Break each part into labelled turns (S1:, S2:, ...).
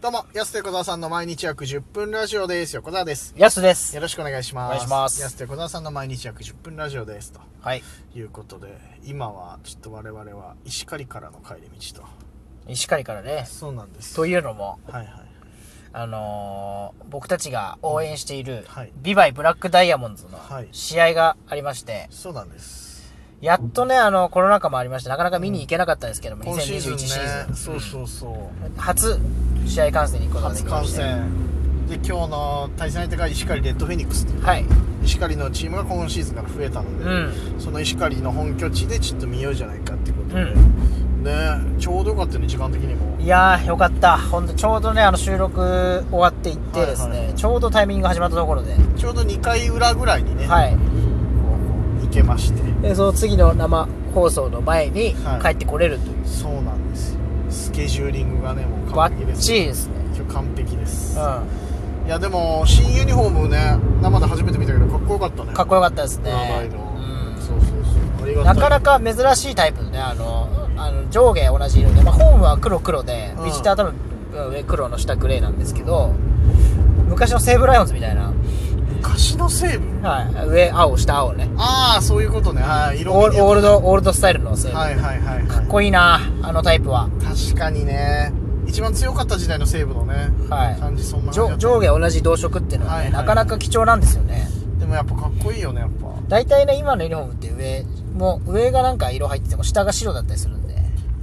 S1: どうも、安手小沢さんの毎日約10分ラジオです。横澤です。
S2: やすです
S1: よ。ろしくお願いします。
S2: お願いします
S1: 安手小沢さんの毎日約10分ラジオです。と
S2: はい。
S1: いうことで、今はちょっと我々は石狩からの帰り道
S2: 石狩からね
S1: と。。そうなんです。
S2: というのも、
S1: はいはい。
S2: あのー僕たちが応援している
S1: はい、
S2: ビバイブラックダイヤモンドズの
S1: はい
S2: 試合がありまして、
S1: そうなんです。
S2: やっとね、あの、コロナ禍もありまして、なかなか見に行けなかったんですけども、
S1: 今シーズン
S2: 2021
S1: ね
S2: シーズン。
S1: そうそうそう。
S2: 初試合観戦に行くことがで
S1: 初
S2: きま
S1: 観
S2: して。
S1: 戦。で、今日の対戦相手が石狩レッドフェニックスという。
S2: はい。
S1: 石狩のチームが今シーズンから増えたので、
S2: う
S1: その石狩の本拠地でちょっと見ようじゃないかってことで、
S2: う
S1: ねちょうどよかったね時間的にも
S2: いやー、よかった。ほんと、ちょうどね、あの、収録終わっていってですね、
S1: はいはい
S2: ちょうどタイミングが始まったところで、
S1: ちょうど2回裏ぐらいにね、
S2: はい。
S1: 行けまして
S2: で、その次の生放送の前に
S1: はい
S2: 帰ってこれるという。
S1: そうなんですよスケジューリングがねもう
S2: バ
S1: 完璧で
S2: ッ
S1: す
S2: チリですね。
S1: 今日完璧です、
S2: う
S1: いやでも新ユニフォームね生で初めて見たけどかっこよかったね
S2: ん、かっこよかったですね
S1: 長いの、
S2: うん
S1: そうそうそうありがた
S2: ないかなか珍しいタイプのねあのあの上下同じ色で、まあ、ホームは黒黒で
S1: うん
S2: ビジターは多分うん上黒の下グレーなんですけど昔の西武ライオンズみたいな、
S1: 昔の西武
S2: はい、上青下青ね
S1: ああそういうことねはい色
S2: オー
S1: 味
S2: ルオールドオールドスタイルの西武、
S1: はいはいはい、はい、
S2: かっこいいなあのタイプは、
S1: 確かにね一番強かった時代の西武のね、
S2: は
S1: 感じそん
S2: い、
S1: な感じだ
S2: 上
S1: った
S2: 上下同じ同色っていうのは、ね
S1: はいはい
S2: なかなか貴重なんですよね
S1: でもやっぱかっこいいよねやっぱ
S2: 大体ね今のユニフォームって上もう上がなんか色入ってても下が白だったりするんで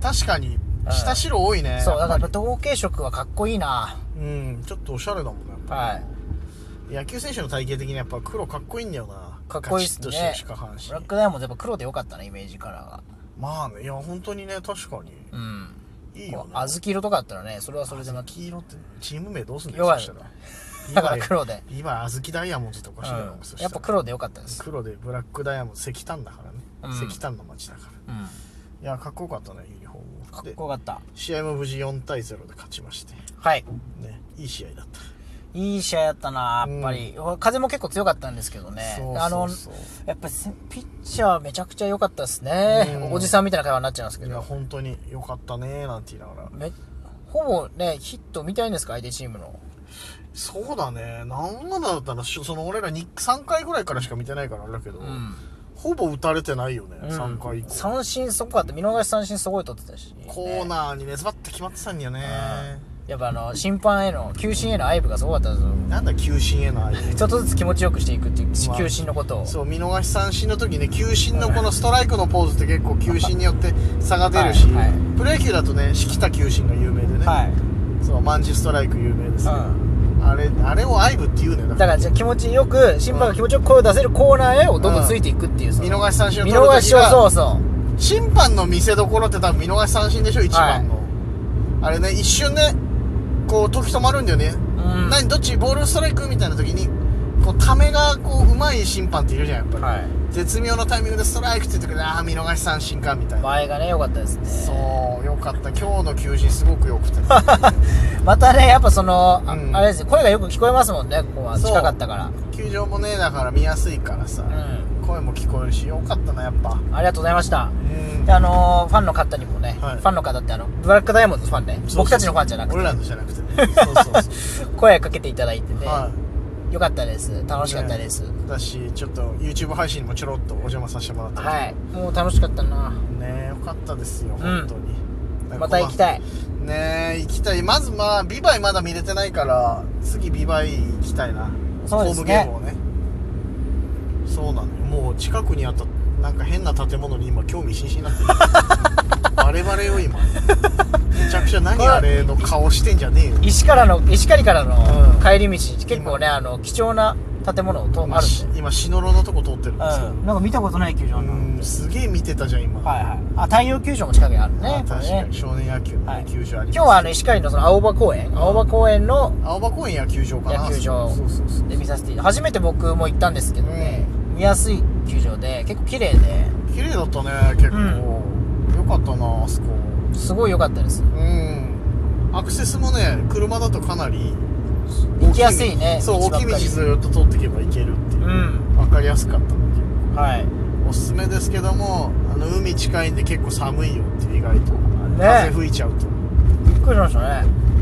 S1: 確かに
S2: うん
S1: 下白多いね、
S2: そうだか
S1: や
S2: ら
S1: っぱ
S2: 同系色はかっこいいな
S1: りうんちょっとおしゃれだもんねやっぱ
S2: はい
S1: 野球選手の体型的にやっぱ黒かっこいいんだよな
S2: かっこいいっすね
S1: ガチッとしてるし下半身
S2: ブラックダイヤモンドやっぱ黒でよかったなイメージカラーが
S1: まあねいや本当にね確かに
S2: うん
S1: いいよね
S2: 小豆色とかあったらねそれはそれでまた
S1: 黄色ってチーム名どうすんの
S2: 弱い
S1: そしたら
S2: だから黒で、
S1: 今今小豆ダイヤモンドとかしてるの
S2: うん
S1: もそした
S2: や
S1: ら
S2: っぱ黒でよかったです、
S1: 黒でブラックダイヤモンド石炭だからね、
S2: うん
S1: 石炭の街だから
S2: うん、
S1: いやかっこよかったねユニフォーム
S2: かっ
S1: で
S2: こよかった
S1: 試合も無事4対0で勝ちまして
S2: はい
S1: ねいい試合だった
S2: いい試合やったなやっぱり、風も結構強かったんですけどね
S1: そうそうそう
S2: あのやっぱりせピッチャーめちゃくちゃ良かったですね、
S1: うん
S2: おじさんみたいな会話になっちゃいますけ
S1: いや
S2: ど
S1: 本当に良かったねなんて言いながら
S2: めほぼねヒット見たいんですか相手チームの
S1: そうだねなんなんだったらしその俺らに3回ぐらいからしか見てないからあれだけど、
S2: うん、
S1: ほぼ打たれてないよね、
S2: うん
S1: 3回以降
S2: 三振すごかった見逃し三振すごい取ってたし、
S1: コーナーにねズバッて決まってたんだよね
S2: やっぱあの審判への球審への愛部がすごかったですよ
S1: なんだ球審への愛
S2: ちょっとずつ気持ちよくしていくっていう
S1: まあ
S2: 球審のことを、
S1: そう見逃し三振の時ね球審のこのストライクのポーズって結構球審によって差が出るし、
S2: はいはい
S1: プロ野球だとね敷田球審が有名でね、
S2: はい、
S1: そうマンチストライク有名です、ね
S2: う
S1: あれあれを愛部って言うねだ
S2: ん、だ
S1: か
S2: かららじゃあ気持ちよく審判が気持ちよく声を出せるコーナーへをどんどんついていくっていう、その
S1: 見逃し三振を
S2: 見
S1: 取る時は
S2: 逃しをそうそう
S1: 審判の見せどころって多分見逃し三振でしょ一番の、あれね一瞬ねこう時止まるんだよね、
S2: うん
S1: 何どっちボールストライクみたいな時にこうためがこううまい審判っているじゃんやっぱり、
S2: はい
S1: 絶妙なタイミングでストライクって言ってくれてああ見逃し三振かみたいな、
S2: 前がね良かったですね
S1: そうよかった今日の球児すごくよくて
S2: またねやっぱその、あ
S1: うん
S2: あれですよ声がよく聞こえますもんねここは
S1: そう
S2: 近かったから
S1: 球場もねだから見やすいからさ、
S2: う
S1: 声も聞こえるしよかったなやっぱ
S2: ありがとうございました
S1: うん
S2: であのーファンの方にもね、
S1: はい
S2: ファンの方ってあのブラックダイヤモンドのファンね僕たちのファンじゃなく
S1: 俺らのじゃなくてね そうそうそ
S2: て声かけていただいて
S1: う、
S2: ね、
S1: はい
S2: よかったです楽しかったです、
S1: だしちょっと YouTube 配信にもちょろっとお邪魔させてもらったい
S2: はいもう楽しかったな
S1: ねえよかったですよ、本当に
S2: また行き
S1: い
S2: たい
S1: ねえ行きたいまずまあビバイまだ見れてないから次ビバイ行きたいな
S2: そうですね
S1: ホームゲームをねそうなのよもう近くにあったなんか変な建物に今興味津々になっ てるバレバレよ今めちゃくちゃ何あれの顔してんじゃねえよ
S2: 石からの石狩から
S1: う
S2: の
S1: ん
S2: 帰り道、結構ねあの貴重な建物と
S1: 今
S2: あるんで、
S1: 今シノロのとこ通ってるんですけど
S2: うん、なんか見たことない球場な
S1: うんすげえ見てたじゃん今
S2: はいはいあ太陽球場も近くにある
S1: あ
S2: ねこれ
S1: 確か
S2: ね
S1: に少年野球の、ね
S2: はい
S1: 球場あります
S2: 今日はあの石狩のその青葉公園青葉公園の
S1: 青葉公園野球場かな
S2: 野球場
S1: そうそうそう
S2: で見させて初めて僕も行ったんですけどね、見やすい球場で結構綺麗で
S1: 綺麗だったね結構、よかったなあそこ
S2: すごい良かったです
S1: うんアクセスもね車だとかなり
S2: 行きやすいね
S1: そう
S2: 道ば
S1: 大
S2: っ
S1: き
S2: か
S1: い
S2: り
S1: 道ずっと通っていけば行けるっていううん分かりやすかったので
S2: はい
S1: おすすめですけどもあの海近いんで結構寒いよって意外と、風吹いちゃうと
S2: びっくりしましたね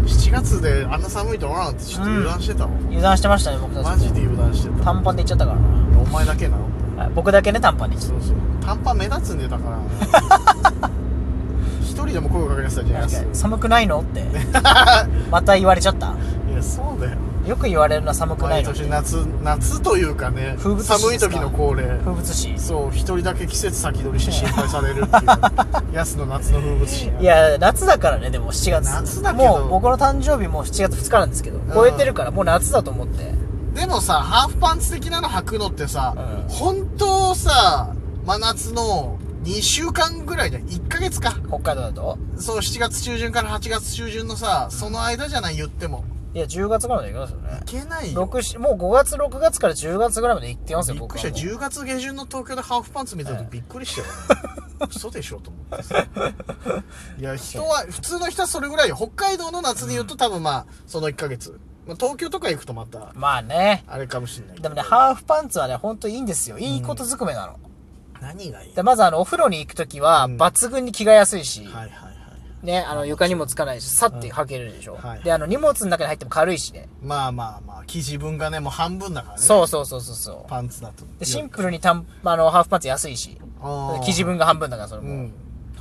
S1: 7月であんな寒いと思わなかったちょっと油断してたもん、
S2: 油断してましたね僕たち
S1: マジで油断してた
S2: 短パンで行っちゃったからな
S1: お前だけなの
S2: あ僕だけね短パンで行っちゃっ
S1: そうそう短パン目立つんでだから 一人でも声をかけられてたじゃな
S2: た
S1: いで
S2: 確
S1: す
S2: かに寒くないのって また言われちゃった
S1: いやそうだよ
S2: よく言われるな寒くな
S1: 毎
S2: いのって
S1: 年夏夏というかね
S2: 風物詩ですか
S1: 寒い時の恒例
S2: 風物詩
S1: そう一人だけ季節先取りして心配されるって いうやつの夏の風物詩
S2: いや夏だからねでも7月
S1: 夏だけど
S2: もう僕の誕生日も7月2日なんですけど超えてるからもう夏だと思って
S1: でもさハーフパンツ的なの履くのってさ、
S2: うん
S1: 本当さ真夏の2週間ぐらいじゃん1ヶ月か
S2: 北海道だと
S1: そう7月中旬から8月中旬のさその間じゃない言っても
S2: いや10月ぐらいまで行きますよね
S1: いけないよ
S2: 六しもう5月6月から10月ぐらいまで行ってますよ
S1: びっ
S2: 僕
S1: くり
S2: は
S1: した
S2: もう
S1: 10月下旬の東京でハーフパンツ見た時びっくり したよ嘘でしょと思ってさいや人は普通の人はそれぐらいよ北海道の夏で言うと多分まあその1ヶ月、まあ、東京とか行くとまた
S2: まあね
S1: あれかもしれないけ
S2: で
S1: ど
S2: もねハーフパンツはねほんといいんですよいいことずくめなの、
S1: 何がいい
S2: でまずあのお風呂に行く時は
S1: うん
S2: 抜群に着替えやすいし、
S1: はいはいはい
S2: ねあの床にもつかないしさって履けるでしょ、
S1: んはい
S2: であの荷物の中に入っても軽いしね、
S1: まあまあまあ生地分がねもう半分だからね
S2: そうそうそうそうそう
S1: パンツだと
S2: でシンプルにたんあのハーフパンツ安いし
S1: あー
S2: 生地分が半分だからそれ
S1: う
S2: も、
S1: ん、はい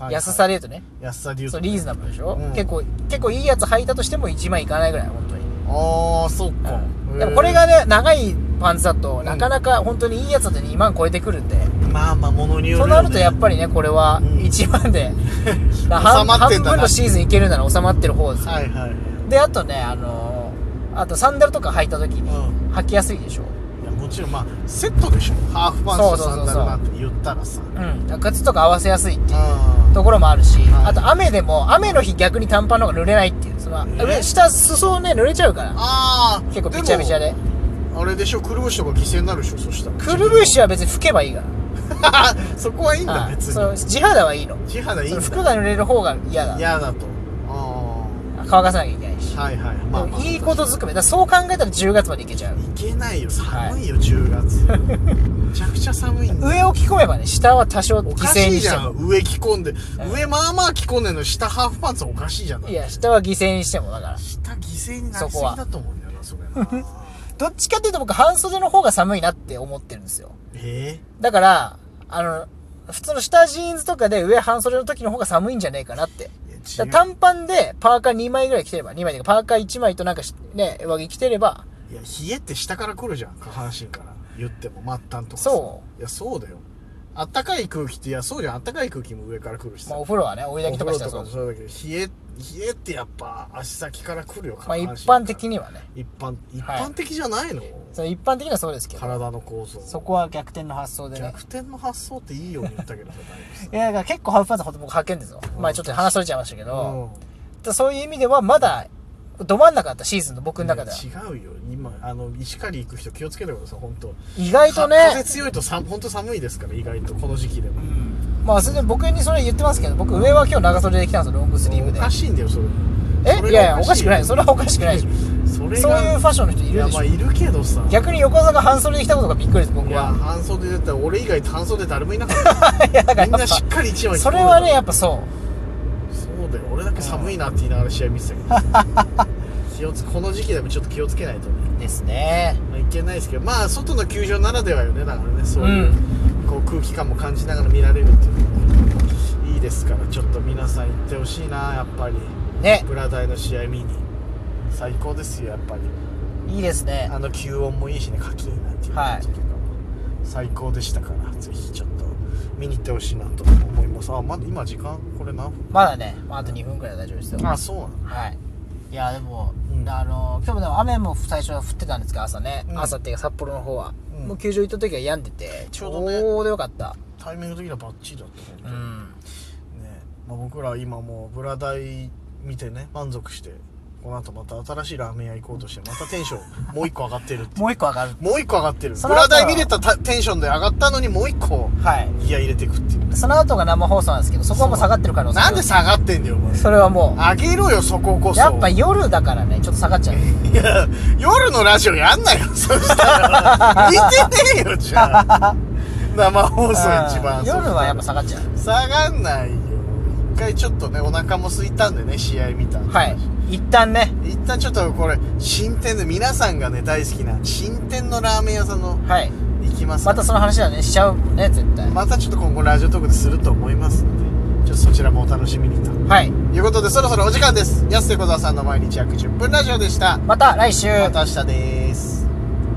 S1: はい
S2: 安さで言うとね、
S1: 安さで言う
S2: そ
S1: と
S2: うリーズナブルでしょ、
S1: うん
S2: 結構結構いいやつ履いたとしても1万いかないぐらい本当に、
S1: ああそっか、
S2: でもこれ
S1: へ
S2: がね長いパンツだと
S1: ん
S2: なかなか本当にいいやつだと2万超えてくるんで、
S1: ーまあまあものによる
S2: と
S1: よ、ね、
S2: なるとやっぱりねこれは
S1: うん
S2: 1 万で、な
S1: 収
S2: 半
S1: まってんだな
S2: 半分のシーズンいけるなら収まってる方です、
S1: はいはい
S2: であとねあのーあとサンダルとか履いた時に
S1: う
S2: 履きやすいでしょ
S1: いやもちろんまあセットでしょハーフパンツと
S2: そうそう
S1: サ
S2: そ
S1: ンダ
S2: うそう
S1: ルなんて言ったらさ
S2: うん、靴とか合わせやすいっていう
S1: あ
S2: ところもあるし、
S1: はい
S2: あと雨でも雨の日逆に短パンの方が濡れないっていうその、
S1: え
S2: 上下裾ね濡れちゃうから
S1: あー
S2: 結構びちゃびちゃで
S1: もあれでしょくるぶしとか犠牲になるでしょそしたら
S2: くるぶしは別に拭けばいいか
S1: そこはいいん
S2: ら
S1: だ
S2: うん
S1: 別
S2: そう
S1: に
S2: 地肌はいいの
S1: 地肌いいん
S2: そ
S1: だ
S2: の服が濡れる方が嫌だ
S1: 嫌だとあ
S2: 乾かさなきゃいけないし
S1: あ、はいはいまあ、まあ、
S2: いいことずくめだからそう考えたら10月までいけちゃう
S1: いけないよ寒いよ、10月 めちゃくちゃ寒いんだよ
S2: 上を着込めばね下は多少
S1: お
S2: 犠
S1: か
S2: 牲
S1: しい
S2: に
S1: じ
S2: して
S1: ゃ
S2: も
S1: ん上着込んで、上まあまあ着込んでんのに下ハーフパンツはおかしいじゃん
S2: いや下は犠牲にしてもだから
S1: 下犠牲になりすぎだと思うんだよなそれな
S2: どっちかっていうと僕半袖の方が寒いなって思ってるんですよ
S1: え
S2: だからあの普通の下ジーンズとかで上半袖の時の方が寒いんじゃねえかなって
S1: えいや
S2: だ
S1: 違う
S2: から短パンでパーカー2枚ぐらい着てれば2枚というかパーカー1枚となんかしね上着着てれば
S1: いや冷えって下から来るじゃん下半身から言っても末端とかさ
S2: そ
S1: いやそうだよあったかい空気っていやそうじゃんあったかい空気も上から来るしさ、
S2: まあお風呂はね追い
S1: お
S2: 炊き
S1: 風呂
S2: とかしたら
S1: と
S2: そ
S1: か
S2: う
S1: もそうだけど冷え冷えってやっぱ足先から来るよ
S2: まあ一
S1: 下半身から
S2: 般的にはね
S1: 一般一
S2: はい
S1: 般的じゃないの、
S2: その一般的にはそうですけど
S1: 体の構造
S2: そこは逆転の発想でね
S1: 逆転の発想っていいように言ったけどさだいぶさ
S2: いやだから結構ハーフパンツほんと僕履けんですよ
S1: うん
S2: まあちょっと話それちゃいましたけ
S1: う
S2: ど
S1: ん
S2: だそういう意味ではまだど真ん中だったシーズンの僕の中ではい
S1: や違うよ今あの石狩行く人気をつけてください本当
S2: 意外とね
S1: 風強いとさ本当寒いですから意外とこの時期でも
S2: まあそれで僕にそれ言ってますけど僕上は今日長袖で来たんですよロングスリーブ
S1: お
S2: で
S1: かしいんだよそれそれが
S2: えいやいやおかしくない
S1: よ
S2: それはおかしくないでしょ
S1: それが
S2: そういうファッションの人い
S1: い
S2: る
S1: や
S2: でし
S1: ま
S2: ょ
S1: あいるけどさ
S2: 逆に横澤が半袖で来たことがびっくりです僕
S1: いや
S2: は
S1: 半袖だったら俺以外半袖誰もいなかっ
S2: いやだ
S1: た
S2: か
S1: みん
S2: ら
S1: な
S2: やっ
S1: しっ
S2: ぱ
S1: かり一枚着込ん
S2: そ
S1: で
S2: れ
S1: た
S2: はねやっぱそ
S1: そうだよ俺だけ寒いなって言いながら試合見てたけど気をつこの時期でもちょっと気をつけないとね、
S2: うですね
S1: まあ、いけないですけどまあ外の球場ならではよねだからねそういう,、こう空気感も感じながら見られるっていうのがねいいですからちょっと皆さん行ってほしいなやっぱり
S2: ね
S1: ブラダイの試合見に最高ですよやっぱり
S2: いいですね
S1: あの吸音もいいしね課金なんていう
S2: はい
S1: 感じとかも最高でしたからぜひちょっと見に行ってほしいなと思いますあまだ今時間これ何分
S2: まだね、まあ、あと2分くらいで大丈夫ですよ
S1: あそうなの
S2: はいいやでも、
S1: うん
S2: あの今日もでも雨も最初は降ってたんですけど朝ね、
S1: うん
S2: 朝っていうか札幌の方は、
S1: うん
S2: もう球場行った時は病んでて
S1: ちょうどね
S2: ちょうどよかった
S1: タイミング的にはバッチリだった
S2: う
S1: 本
S2: ん
S1: 当にね、まあ、僕ら今もうブラダイ見てね満足してこの後また新しいラーメン屋行こうとしてまたテンションもう一個上がってるっていう
S2: もう一個上がる
S1: もう一個上がってるブ
S2: その
S1: ラ
S2: 後は
S1: ダイ見れたたテンションで上がったのにもう一個
S2: はい
S1: ギア入れていくっていう
S2: その後が生放送なんですけどそこはもう下がってるから
S1: なんで下がってんだよお前
S2: それはも
S1: 上げろよそここ
S2: う
S1: そ
S2: やっぱ夜だからねちょっと下がっちゃう
S1: いや、夜のラジオやんなよ、 そしたら。見てねえよ、じゃあ。生放送一
S2: う
S1: 番。
S2: ん夜はやっぱ下がっちゃう
S1: 下がんないよ。一回ちょっとね、お腹も空いたんでね、試合見たんで
S2: はい一旦ね
S1: 一旦ちょっとこれ新店で皆さんがね大好きな新店のラーメン屋さんの
S2: はい
S1: 行きます
S2: またその話はねしちゃうもんね絶対
S1: またちょっと今後ラジオトークですると思いますのでちょっとそちらもお楽しみにと
S2: はい
S1: いうことでそろそろお時間です安瀬小沢さんの毎日約10分ラジオでした
S2: また来週
S1: また明日です